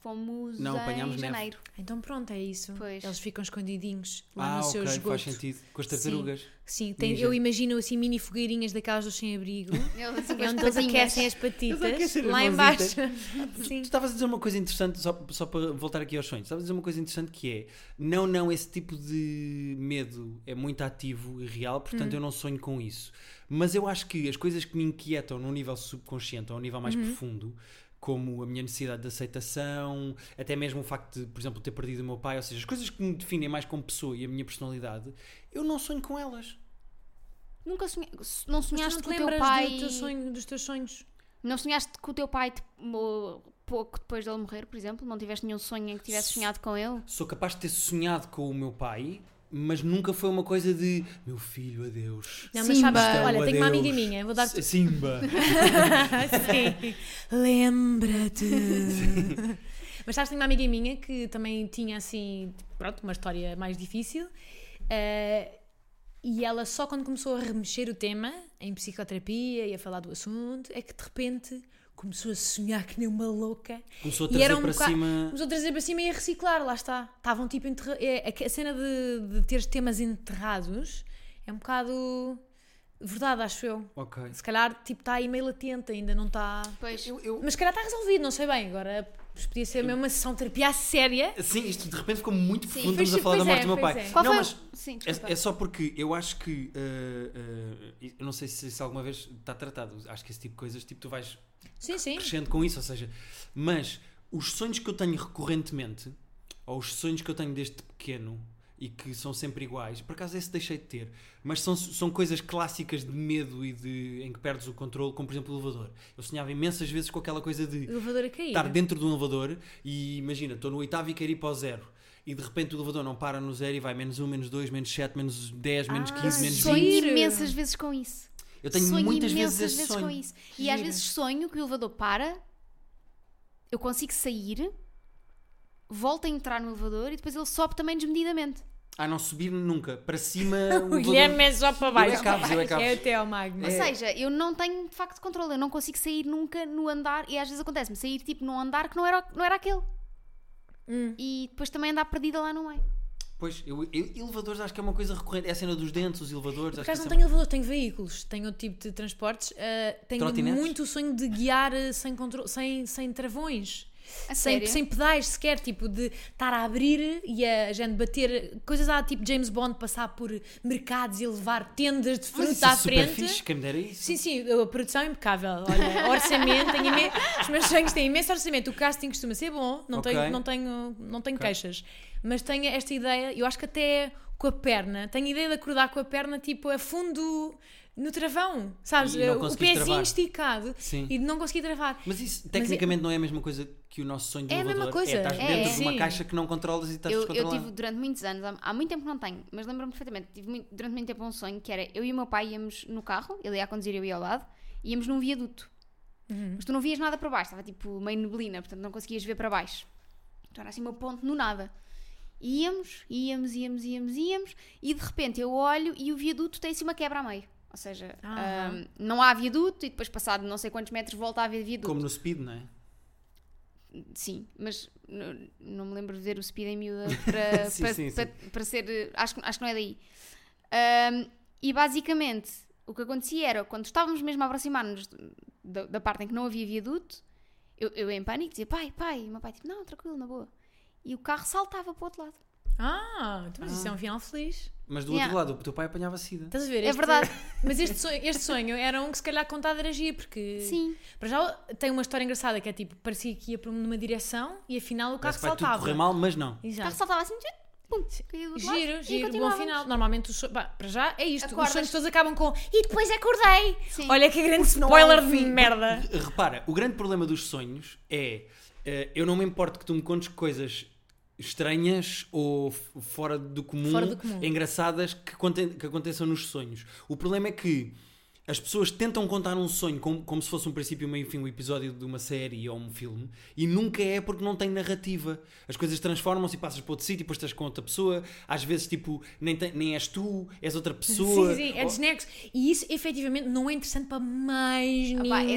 S2: Fomos
S1: Não, apanhámos
S2: em
S1: neve.
S2: janeiro.
S3: Então pronto, é isso.
S2: Pois.
S3: Eles ficam escondidinhos lá
S1: Ah,
S3: no seu
S1: ok,
S3: esgoto.
S1: faz sentido. Com as
S3: Sim.
S1: tartarugas.
S3: Sim, tem-
S1: Ninja.
S3: eu imagino assim mini fogueirinhas daquelas dos sem-abrigo,
S2: Eles assim com as
S3: É onde eles
S2: patinhas.
S3: aquecem as
S1: Eles
S3: patitas
S1: aquecem as
S3: lá em
S1: mãozitas.
S3: baixo.
S1: Tu
S3: Sim.
S1: estavas a dizer uma coisa interessante, só, só para voltar aqui aos sonhos, estavas a dizer uma coisa interessante que é não, não, esse tipo de medo é muito ativo e real, portanto eu não sonho com isso. Mas eu acho que as coisas que me inquietam num nível subconsciente ou a um nível mais profundo, como a minha necessidade de aceitação, até mesmo o facto de, por exemplo, ter perdido o meu pai, ou seja, as coisas que me definem mais como pessoa e a minha personalidade, eu não sonho com elas.
S2: Nunca sonhei, não
S3: Mas
S2: sonhaste
S3: tu
S2: com o
S3: não te
S2: teu
S3: lembras
S2: pai.
S3: do teu sonho- dos teus sonhos?
S2: Não sonhaste com o teu pai de- mo- pouco depois dele morrer, por exemplo? Não tiveste nenhum sonho em que tivesse sonhado com ele?
S1: Sou capaz de ter sonhado com o meu pai, mas nunca foi uma coisa de meu filho, adeus.
S3: Não, mas
S2: Simba.
S3: sabes, que- olha,
S1: Adeus.
S3: tenho uma amiga minha, vou dar-te.
S1: S- Simba.
S3: Sim. Lembra-te. Mas sabes, tenho uma amiga minha que também tinha assim, pronto, uma história mais difícil. eh, e ela só quando começou a remexer o tema em psicoterapia e a falar do assunto é que de repente começou a sonhar que nem uma louca.
S1: Começou a
S3: E
S1: trazer
S3: era um
S1: para
S3: bocado-
S1: cima.
S3: Começou a trazer para cima e a reciclar, lá está. Estavam tipo enterra... é, A a cena de, de ter temas enterrados é um bocado verdade, acho eu.
S1: Ok.
S3: Se calhar tipo está aí meio latente, ainda não está.
S2: Pois.
S1: Eu- eu-
S3: Mas se calhar está resolvido, não sei bem. Agora mas podia ser mesmo uma sessão de terapia à séria.
S1: Sim, isto de repente ficou muito profundo.
S3: Pois-
S1: Estamos a falar da
S3: pois
S1: morte
S3: é,
S1: do meu
S3: pois
S1: pai.
S3: é.
S2: Qual
S1: não,
S2: foi?
S1: mas
S2: Sim, desculpa.
S1: é, é só porque eu acho que. ah, ah, eu não sei se, se alguma vez está tratado. Acho que esse tipo de coisas, tipo, tu vais
S3: Sim, sim.
S1: crescendo com isso, ou seja, mas os sonhos que eu tenho recorrentemente, ou os sonhos que eu tenho desde pequeno e que são sempre iguais, por acaso esse deixei de ter, mas são, são coisas clássicas de medo e de em que perdes o controle, como por exemplo o elevador. Eu sonhava imensas vezes com aquela coisa de
S3: Elevador a cair.
S1: estar dentro de um elevador e imagina, estou no oitavo e quero ir para o zero. E de repente o elevador não para no zero e vai menos um, menos dois, menos sete, menos dez, menos
S3: Ah,
S1: quinze, é menos
S3: sonho.
S1: vinte.
S2: Sonho
S3: vinte.
S2: imensas vezes com isso.
S1: Eu tenho
S2: sonho
S1: muitas
S2: imensas
S1: vezes esse sonho.
S2: com isso. E às
S1: Giro.
S2: vezes sonho que o elevador para, eu consigo sair, volto a entrar no elevador e depois ele sobe também desmedidamente.
S1: Ah, não subir nunca. Para cima
S3: O Guilherme é só para baixo.
S1: é cabos, eu é cabos.
S3: É até ao magno.
S2: Ou seja, eu não tenho de facto controle, eu não consigo sair nunca no andar e às vezes acontece-me sair tipo num andar que não era, o- não era aquele.
S3: Hum.
S2: E depois também andar perdida lá no meio.
S1: Pois, eu, eu- elevadores acho que é uma coisa recorrente. É a cena dos dentes, os elevadores.
S3: Por
S1: acho que
S3: acaso não
S1: isso é
S3: tenho elevador, tenho veículos, tenho outro tipo de transportes. ah, tenho
S1: Trotinetes?
S3: muito o sonho de guiar ah, sem, contro- sem, sem travões.
S2: A
S3: Sem,
S2: sério?
S3: sem pedais sequer, tipo de estar a abrir e a gente bater coisas lá, tipo James Bond passar por mercados e levar tendas de
S1: uma- Mas
S3: fruta
S1: isso
S3: à
S1: é super
S3: frente.
S1: fixe, quem me dera isso.
S3: Sim, sim, a produção é impecável. Olha, orçamento, tenho imen- os meus sonhos têm imenso orçamento. O casting costuma ser bom, não
S1: Ok.
S3: tenho, não tenho, não tenho
S1: Ok.
S3: queixas. Mas tenho esta ideia, eu acho que até com a perna, tenho a ideia de acordar com a perna tipo a fundo no travão, sabes?
S1: E não
S3: o
S1: conseguiste
S3: pezinho
S1: travar.
S3: esticado
S1: Sim.
S3: e de não conseguir travar.
S1: Mas isso tecnicamente não é a mesma coisa que o nosso sonho de
S3: É a mesma
S1: elevador.
S3: coisa,
S1: É, estás
S3: é,
S1: dentro
S2: é.
S1: de uma
S3: Sim.
S1: caixa que não controlas e estás
S2: Eu, eu
S1: descontrolado.
S2: tive durante muitos anos, há- há muito tempo que não tenho, mas lembro-me perfeitamente, tive muito- durante muito tempo um sonho que era eu e o meu pai íamos no carro, ele ia a conduzir, eu ia ao lado, íamos num viaduto. Mas tu não vias nada para baixo, estava tipo meio neblina, portanto não conseguias ver para baixo. Então era assim uma ponte no nada. E Íamos, íamos, íamos, íamos, íamos, e de repente eu olho e o viaduto tem assim uma quebra a meio. Ou seja,
S3: Ah.
S2: hum, não há viaduto e depois passado não sei quantos metros volta a haver viaduto.
S1: Como no speed, não é?
S2: Sim, mas n- não me lembro de ver o Speed em miúda para,
S1: Sim,
S2: para,
S1: sim,
S2: para- para ser. eh, Acho, que- acho que não é daí. Ahm, e basicamente o que acontecia era quando estávamos mesmo a aproximar-nos da, da parte em que não havia viaduto, eu, eu em pânico dizia pai, pai, e o meu pai tipo, não, tranquilo, na boa. E o carro saltava para o outro lado.
S3: Ah, então, mas isso é um final feliz.
S1: Mas do
S2: Yeah.
S1: outro lado, o teu pai apanhava sida.
S3: Estás a ver?
S2: É verdade.
S3: Mas este sonho, este sonho era um que se calhar contado era giro, porque
S2: Sim.
S3: para já tem uma história engraçada que é tipo, parecia que ia para uma direção e afinal o carro
S1: Parece que vai tudo correr
S3: saltava.
S1: mal, mas não.
S2: O
S3: Exato.
S2: carro saltava assim, tchut, pum, caiu do outro lado
S3: Giro,
S2: e
S3: giro, bom
S2: continuávamos.
S3: final. Normalmente os sonhos. Para já é isto.
S2: Acordas.
S3: Os sonhos todos acabam com. E depois acordei!
S2: Sim.
S3: Olha que grande
S1: Porque não há um
S3: spoiler de
S1: fim.
S3: merda!
S1: Porque, Repara, o grande problema dos sonhos é eh, eu não me importo que tu me contes coisas estranhas ou f- fora do comum,
S3: Fora do comum.
S1: engraçadas que, conte- que aconteçam nos sonhos. O problema é que as pessoas tentam contar um sonho como, como se fosse um princípio, meio e fim, um episódio de uma série ou um filme e nunca é porque não tem narrativa. As coisas transformam-se e passas para outro sítio, depois estás com outra pessoa. Às vezes, tipo, nem, tem- nem és tu, és outra pessoa. Oh,
S3: Sim, sim, é
S1: Ou-
S3: desnexo. E isso efetivamente não é interessante para mais
S2: Ah pá,
S3: ninguém.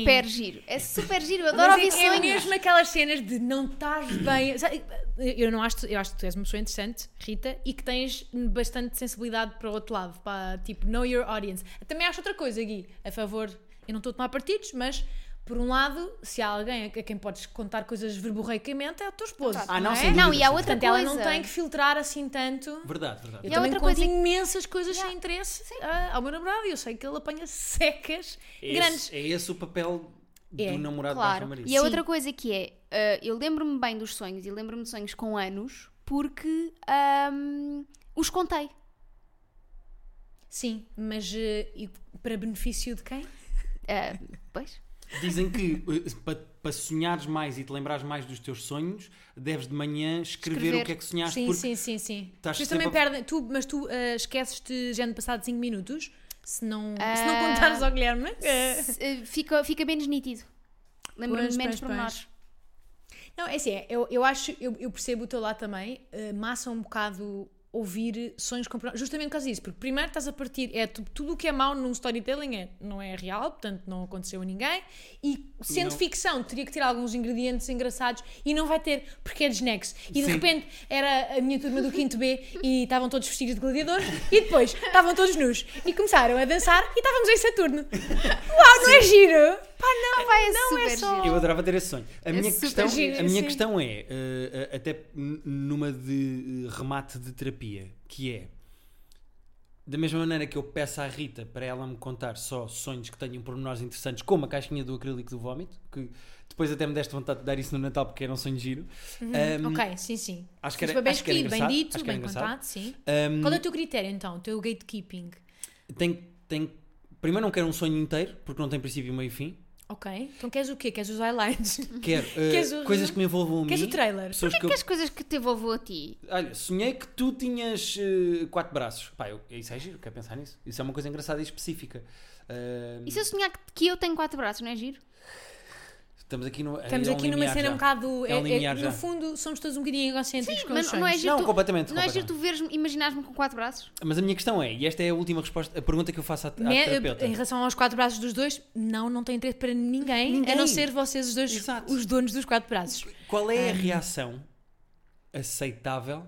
S2: é super giro. É super giro, eu adoro
S3: Mas
S2: ouvir
S3: é, é
S2: sonhos.
S3: mesmo aquelas cenas de não estás bem. Sabe, Eu não acho, eu acho que tu és uma pessoa interessante, Rita, e que tens bastante sensibilidade para o outro lado, para tipo know your audience. Também acho outra coisa, Gui, a favor. Eu não estou a tomar partidos, mas por um lado, se há alguém a quem podes contar coisas verborreicamente é o teu esposo.
S1: Ah, não,
S3: é?
S1: sem
S2: Não,
S1: dúvida,
S2: e há
S1: sim.
S2: outra
S3: Portanto,
S2: coisa.
S3: ela não tem que filtrar assim tanto.
S1: Verdade, verdade.
S3: Eu
S2: E há
S3: também
S2: outra
S3: conto
S2: coisa é que-
S3: imensas coisas
S2: Yeah.
S3: sem interesse ah, ao meu namorado e eu sei que ele apanha secas
S1: Esse-
S3: grandes.
S1: É esse o papel
S3: É,
S1: do namorado barra
S2: Claro.
S1: marido.
S2: E a
S3: Sim.
S2: outra coisa que é, ah, eu lembro-me bem dos sonhos e lembro-me de sonhos com anos porque ahm, os contei.
S3: Sim, mas eh, e para benefício de quem?
S2: Ah, pois.
S1: Dizem que para sonhares mais e te lembrares mais dos teus sonhos, deves de manhã escrever, o que é que sonhaste,
S3: Sim,
S1: porque
S3: sim, sim, sim.
S1: estás
S3: Vocês
S1: sempre
S3: também
S1: a-
S3: perdem, tu, mas tu eh, esqueces-te já no passado 5 minutos, se não, se não
S2: Ah.
S3: contares ao Guilherme. eh.
S2: Se- eh, fica, fica menos nítido. Lembro-me
S3: Pois,
S2: de menos
S3: pois, pois.
S2: pormenores.
S3: Não, é assim, é, eu, eu acho, eu, eu percebo o teu lado também, eh, massa um bocado ouvir sonhos com pormenores, justamente por causa disso, porque primeiro estás a partir, é tu- tudo o que é mau num storytelling é, não é real, portanto não aconteceu a ninguém, e sendo
S1: Não.
S3: ficção teria que ter alguns ingredientes engraçados e não vai ter, porque é desnexo. E de
S1: Sim.
S3: repente era a minha turma do 5 B e estavam todos vestidos de gladiadores e depois estavam todos nus e começaram a dançar e estávamos em Saturno. Uau, não é giro? Pá, não,
S2: Pá, é
S3: não é
S2: super
S3: só...
S2: giro.
S1: Eu adorava ter esse sonho. A
S2: É
S1: minha,
S2: super
S1: questão,
S3: giro,
S1: a minha
S3: sim.
S1: questão é, eh, eh, até n- numa de eh, remate de terapia, que é da mesma maneira que eu peço à Rita para ela me contar só sonhos que tenham pormenores interessantes, como a caixinha do acrílico do vómito, que depois até me deste vontade de dar isso no Natal porque era um sonho giro. Ahm,
S3: Ok, sim, sim.
S1: Hum. Acho que
S3: Mas
S1: era,
S3: foi bem
S1: acho que era
S3: escolhido, bem
S1: engraçado.
S3: dito,
S1: acho que era
S3: bem
S1: engraçado. Hum.
S3: contado, sim.
S1: Ahm,
S3: Qual é o teu critério então, o teu gatekeeping?
S1: tem, tem, primeiro não quero um sonho inteiro, porque não tem princípio, meio e fim.
S3: Ok, então queres o quê? Queres os highlights?
S1: Quero eh,
S3: Queres o-
S1: coisas que me envolvam a
S3: queres
S1: mim.
S3: o trailer?
S1: pessoas que eu-
S2: Que é as coisas que te envolveu a ti?
S1: Olha, sonhei que tu tinhas eh, quatro braços. Pá, eu, isso é giro, quero pensar nisso. Isso é uma coisa engraçada e específica. Eh, Ahm,
S2: E se eu sonhar que, que eu tenho quatro braços, não é giro?
S1: Estamos aqui, no,
S3: Estamos
S1: é um
S3: aqui numa
S1: limiar
S3: cena
S1: já.
S3: um bocado.
S1: É um
S3: é- é-
S1: limiar já.
S3: no fundo, somos todos um bocadinho egocêntricos com
S2: mas
S3: os
S2: não é
S3: sonhos.
S2: giro
S1: Não,
S2: tu,
S1: completamente,
S2: Não é giro
S1: completamente.
S2: tu veres, imaginares-me com quatro braços?
S1: Mas a minha questão é, e esta é a última resposta, a pergunta que eu faço à, à
S3: Né,
S1: Ah, terapeuta.
S3: em relação aos quatro braços dos dois, não, não tem interesse para ninguém, a
S1: Ninguém.
S3: não ser vocês os dois,
S1: Exato.
S3: os donos dos quatro braços.
S1: Qual é a reação aceitável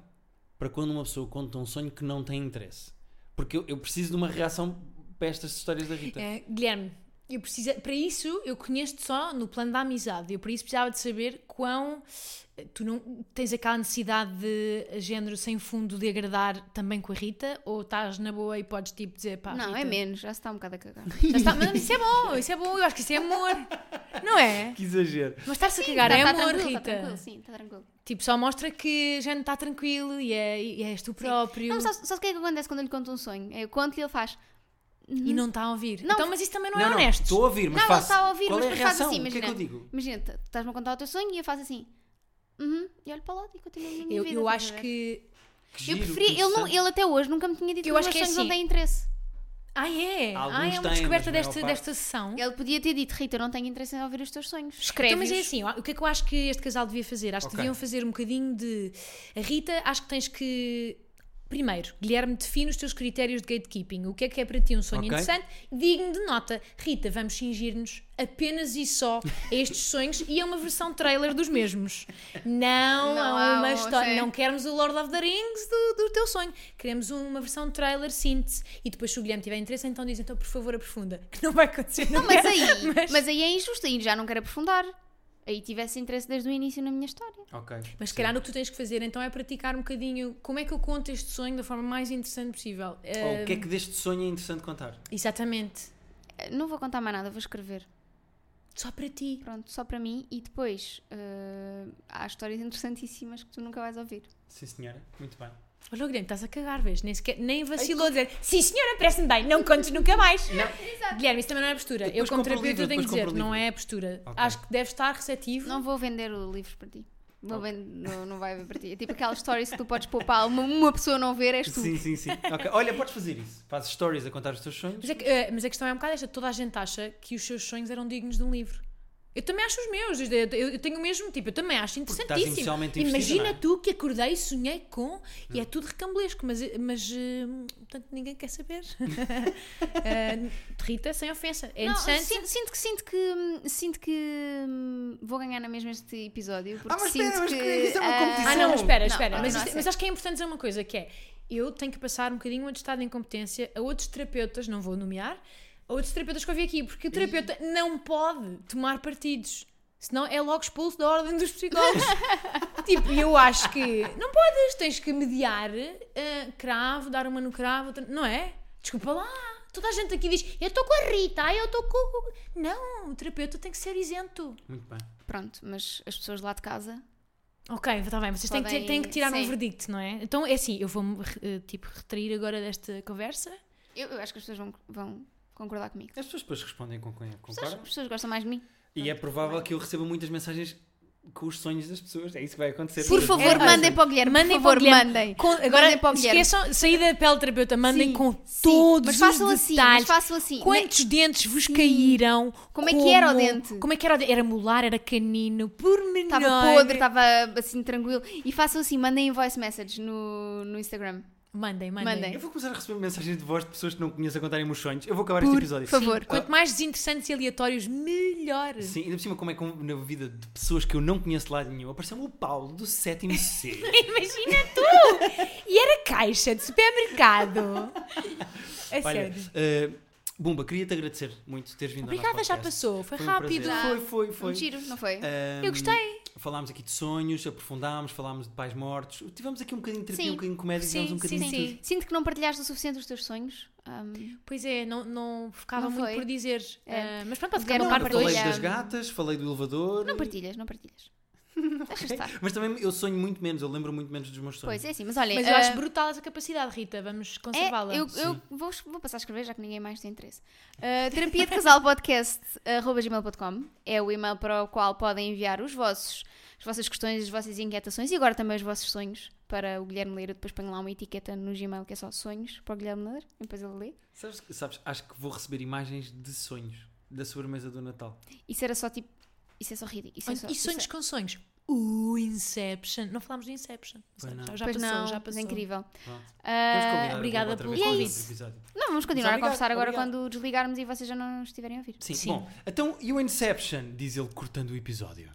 S1: para quando uma pessoa conta um sonho que não tem interesse? Porque eu, eu preciso de uma reação para estas histórias da Rita.
S3: É, Guilherme, eu precisa, para isso eu conheço-te só no plano da amizade. Eu por isso precisava de saber quão eh, tu não tens aquela necessidade de eh, género sem fundo de agradar também com a Rita ou estás na boa e podes tipo dizer pá.
S2: não,
S3: Rita,
S2: é menos, já se está um bocado a cagar.
S3: já está- mas isso é bom, isso é bom, eu acho que isso é amor. Não é?
S1: Que exagero.
S3: Mas estar-se a cagar é
S2: Tá- tá
S3: amor,
S2: tranquilo,
S3: Rita.
S2: Está tranquilo, sim, está tranquilo.
S3: Tipo, só mostra que já não está tranquilo e, é, e és tu próprio.
S2: Não, sabes, sabes o que é que acontece quando eu lhe conto um sonho? Eu conto e ele faz.
S3: E não está a ouvir.
S2: Não,
S3: então, mas isso também não, é
S1: não,
S3: honesto.
S1: estou a ouvir, mas
S2: não,
S1: faço.
S2: ele está a ouvir,
S1: Qual
S2: mas
S1: é a
S2: depois faz
S1: reação?
S2: assim,
S1: o que é
S2: imagina.
S1: que eu digo?
S2: Imagina, tu- estás-me a contar o teu sonho e eu faço assim. Uhum, e olho para lá e continuo a minha
S3: Eu,
S2: vida.
S3: eu
S2: estás a
S3: acho
S2: ver?
S3: que
S1: Que
S2: Eu
S1: giro,
S2: preferi,
S1: que
S2: ele, não,
S1: interessante.
S2: ele até hoje nunca me tinha dito
S3: Eu
S2: que
S3: acho
S2: os meus
S3: que é
S2: sonhos
S3: assim.
S2: não têm interesse.
S3: Ah, é?
S1: Alguns
S3: ah, é uma
S1: têm, mas
S3: descoberta
S1: a maior
S3: desta,
S1: parte-
S3: desta sessão.
S2: Ele podia ter dito, Rita, eu não tenho interesse em ouvir os teus sonhos. Escreve.
S3: Então, mas é assim, o que é que eu acho que este casal devia fazer? Acho que
S1: Ok.
S3: deviam fazer um bocadinho de. A Rita, acho que tens que. Primeiro, Guilherme, define os teus critérios de gatekeeping. O que é que é para ti um sonho
S1: Ok.
S3: interessante? Digno de nota. Rita, vamos cingir-nos apenas e só a estes sonhos e a uma versão trailer dos mesmos. Não,
S2: Não
S3: há
S2: há
S3: uma
S2: um,
S3: história.
S2: sim.
S3: Não queremos o Lord of the Rings do, do teu sonho. Queremos uma versão trailer síntese. E depois, se o Guilherme tiver interesse, então diz, então, por favor, aprofunda. Que não vai acontecer.
S2: Não, mas é aí, mas... aí é injusto, aí já não quero aprofundar. Aí tivesse interesse desde o início na minha história.
S1: Ok.
S3: Mas se calhar o que tu tens que fazer então é praticar um bocadinho como é que eu conto este sonho da forma mais interessante possível.
S1: Ou
S3: Eh,
S1: o que é
S2: hum.
S1: que deste sonho é interessante contar?
S3: Exatamente.
S2: Eh, Não vou contar mais nada, vou escrever.
S3: Só para ti.
S2: Pronto, só para mim e depois eh, há histórias interessantíssimas que tu nunca vais ouvir.
S1: Sim, senhora. Muito bem.
S3: Olha o Guilherme, estás a cagar, vês? Nem, sequer, nem vacilou a dizer sim senhora, parece-me bem, não contes nunca mais. Guilherme, isso também não é postura.
S1: Depois
S3: eu como
S1: compro o
S3: terapeuta
S1: livro,
S3: tenho que
S1: depois compro
S3: dizer,
S1: o livro.
S3: não é postura.
S1: Ok.
S3: Acho que deves estar receptivo.
S2: Não vou vender o livro para ti. Vou ven- não, não vai haver para ti. É tipo aquelas stories que tu podes poupar uma, uma pessoa não ver, és tu.
S1: Sim, sim, sim. Ok. Olha, podes fazer isso. Fazes stories a contar os teus sonhos.
S3: Mas, é que, eh, mas a questão é um bocado esta, toda a gente acha que os seus sonhos eram dignos de um livro. Eu também acho os meus, eu, eu- eu tenho o mesmo tipo, eu também acho
S1: estás
S3: interessantíssimo.
S1: emocionalmente investida,
S3: Imagina
S1: não é? Hum.
S3: tu que acordei e sonhei com, e é tudo recambulesco, mas, mas eh, portanto ninguém quer saber. Eh, Rita, sem ofensa, é
S2: Não,
S3: interessante.
S2: sinto, sinto que sinto que hum, sinto que hum, vou ganhar na mesma este episódio porque
S1: Ah, mas
S2: sinto
S1: espera, mas
S2: que,
S1: que isso é uma
S2: ah,
S1: competição.
S3: Ah, não, mas espera,
S2: Não,
S3: espera.
S2: não,
S3: mas,
S2: não,
S3: isto-
S2: é
S3: mas
S2: sério.
S3: acho que é importante dizer uma coisa, que é, eu tenho que passar um bocadinho um atestado de incompetência a outros terapeutas, não vou nomear, a outros terapeutas que eu vi aqui, porque o terapeuta não pode tomar partidos. Senão é logo expulso da ordem dos psicólogos. tipo, e eu acho que não podes, tens que mediar ah, cravo, dar uma no cravo, outra- não é? Desculpa lá. Toda a gente aqui diz, eu estou com a Rita, ah, eu estou com. o-" Não, o terapeuta tem que ser isento.
S1: Muito bem.
S2: pronto mas as pessoas lá de casa
S3: Ok, está bem, vocês têm, que, ter-
S2: Podem-
S3: têm que tirar um
S2: sim.
S3: verdicto, não é? Então é assim, eu vou-me re- eh, tipo, retrair agora desta conversa
S2: Eu, eu acho que as pessoas vão, vão concordar comigo.
S1: As pessoas depois respondem com quem
S2: As pessoas,
S1: concordam.
S2: as pessoas gostam mais de mim.
S1: E é
S2: Pronto,
S1: provável
S2: vai.
S1: que eu receba muitas mensagens com os sonhos das pessoas. É isso que vai acontecer.
S2: Por
S1: Todas
S2: favor,
S1: as pessoas
S2: mandem
S1: pensam.
S2: para o Guilherme.
S3: Mandem
S2: por favor,
S3: para o Guilherme.
S2: mandem.
S3: Com- agora,
S2: Mandem para o Guilherem.
S3: esqueçam, sair da pele terapeuta, mandem
S2: Sim,
S3: com
S2: sim,
S3: todos
S2: mas façam
S3: os
S2: assim,
S3: detalhes.
S2: Mas façam assim.
S3: Quantos dentes vos caíram?
S2: Como é que era o dente?
S3: Como é que era o dente? Era molar, era canino, por menor.
S2: Estava podre, estava assim tranquilo. E façam assim, mandem voice message no, no Instagram.
S3: Mandem, mandem.
S2: Mandem.
S1: Eu vou começar a receber mensagens de voz de pessoas que não conheço a contarem-me os sonhos. Eu vou acabar este
S2: Por
S1: episódio.
S2: favor.
S3: Quanto mais desinteressantes e aleatórios, melhor.
S1: Sim, ainda por cima, como é que eu- na vida de pessoas que eu não conheço de lado nenhum, apareceu-me o Paulo do sétimo C.
S3: É Imagina tu! E era caixa de supermercado. É
S1: Olha,
S3: sério.
S1: eh, Bumba, queria-te agradecer muito teres vindo ao nosso
S3: Obrigada, já
S1: podcast.
S3: passou. Foi,
S1: Foi um
S3: rápido.
S1: prazer. Foi, foi, foi.
S2: Um giro, não foi?
S3: É.
S1: Ahm,
S3: Eu gostei.
S1: Falámos aqui de sonhos, aprofundámos, falámos de pais mortos. Tivemos aqui um bocadinho de terapia,
S2: Sim.
S1: um bocadinho de comédia,
S3: Sim,
S1: tivemos um
S3: sim,
S1: bocadinho de
S3: sim.
S1: tudo.
S2: Sinto que não partilhaste o suficiente os teus sonhos. Ahm,
S3: Pois é, não, não ficava
S2: Não
S3: muito
S2: foi?
S3: por dizer.
S2: É.
S3: Ah, mas pronto, pode
S2: Não,
S3: ficar uma
S2: não
S3: parte
S1: Eu falei
S2: partilhas.
S1: das
S3: 2.
S1: gatas, falei do elevador.
S2: não partilhas, não partilhas. Deixa estar.
S1: Mas também eu sonho muito menos, eu lembro muito menos dos meus sonhos.
S2: Pois é assim, mas olhem.
S3: Mas eu acho
S2: ah,
S3: brutal essa capacidade, Rita. Vamos
S2: É,
S3: conservá-la.
S2: eu, eu vou, vou passar a escrever, já que ninguém mais tem interesse. Uh, terapia de casal podcast arroba gmail.com é o e-mail para o qual podem enviar os vossos, as vossas questões, as vossas inquietações e agora também os vossos sonhos para o Guilherme ler. Eu depois ponho lá uma etiqueta no Gmail que é só sonhos para o Guilherme ler e depois ele lê.
S1: Sabes, sabes, acho que vou receber imagens de sonhos da sobremesa do Natal.
S2: Isso era só tipo. Isso é só ridículo. Isso é só,
S3: E
S2: isso
S3: sonhos
S2: é-
S3: com sonhos. O Inception. Não falámos do Inception.
S1: Pois não.
S3: Já, já
S2: pois
S3: passou,
S2: não,
S3: já
S2: mas
S3: passou.
S2: é incrível.
S1: Pronto. Temos
S2: Uh,
S1: que combinar
S3: obrigada
S1: outra
S3: pelo
S1: vez para
S2: convite.
S1: outro episódio.
S2: não, vamos continuar
S1: obrigado,
S2: a conversar agora
S1: obrigado.
S2: quando desligarmos e vocês já não estiverem a ouvir.
S1: Sim.
S3: Sim.
S1: Bom, então, e o Inception? Diz ele cortando o episódio.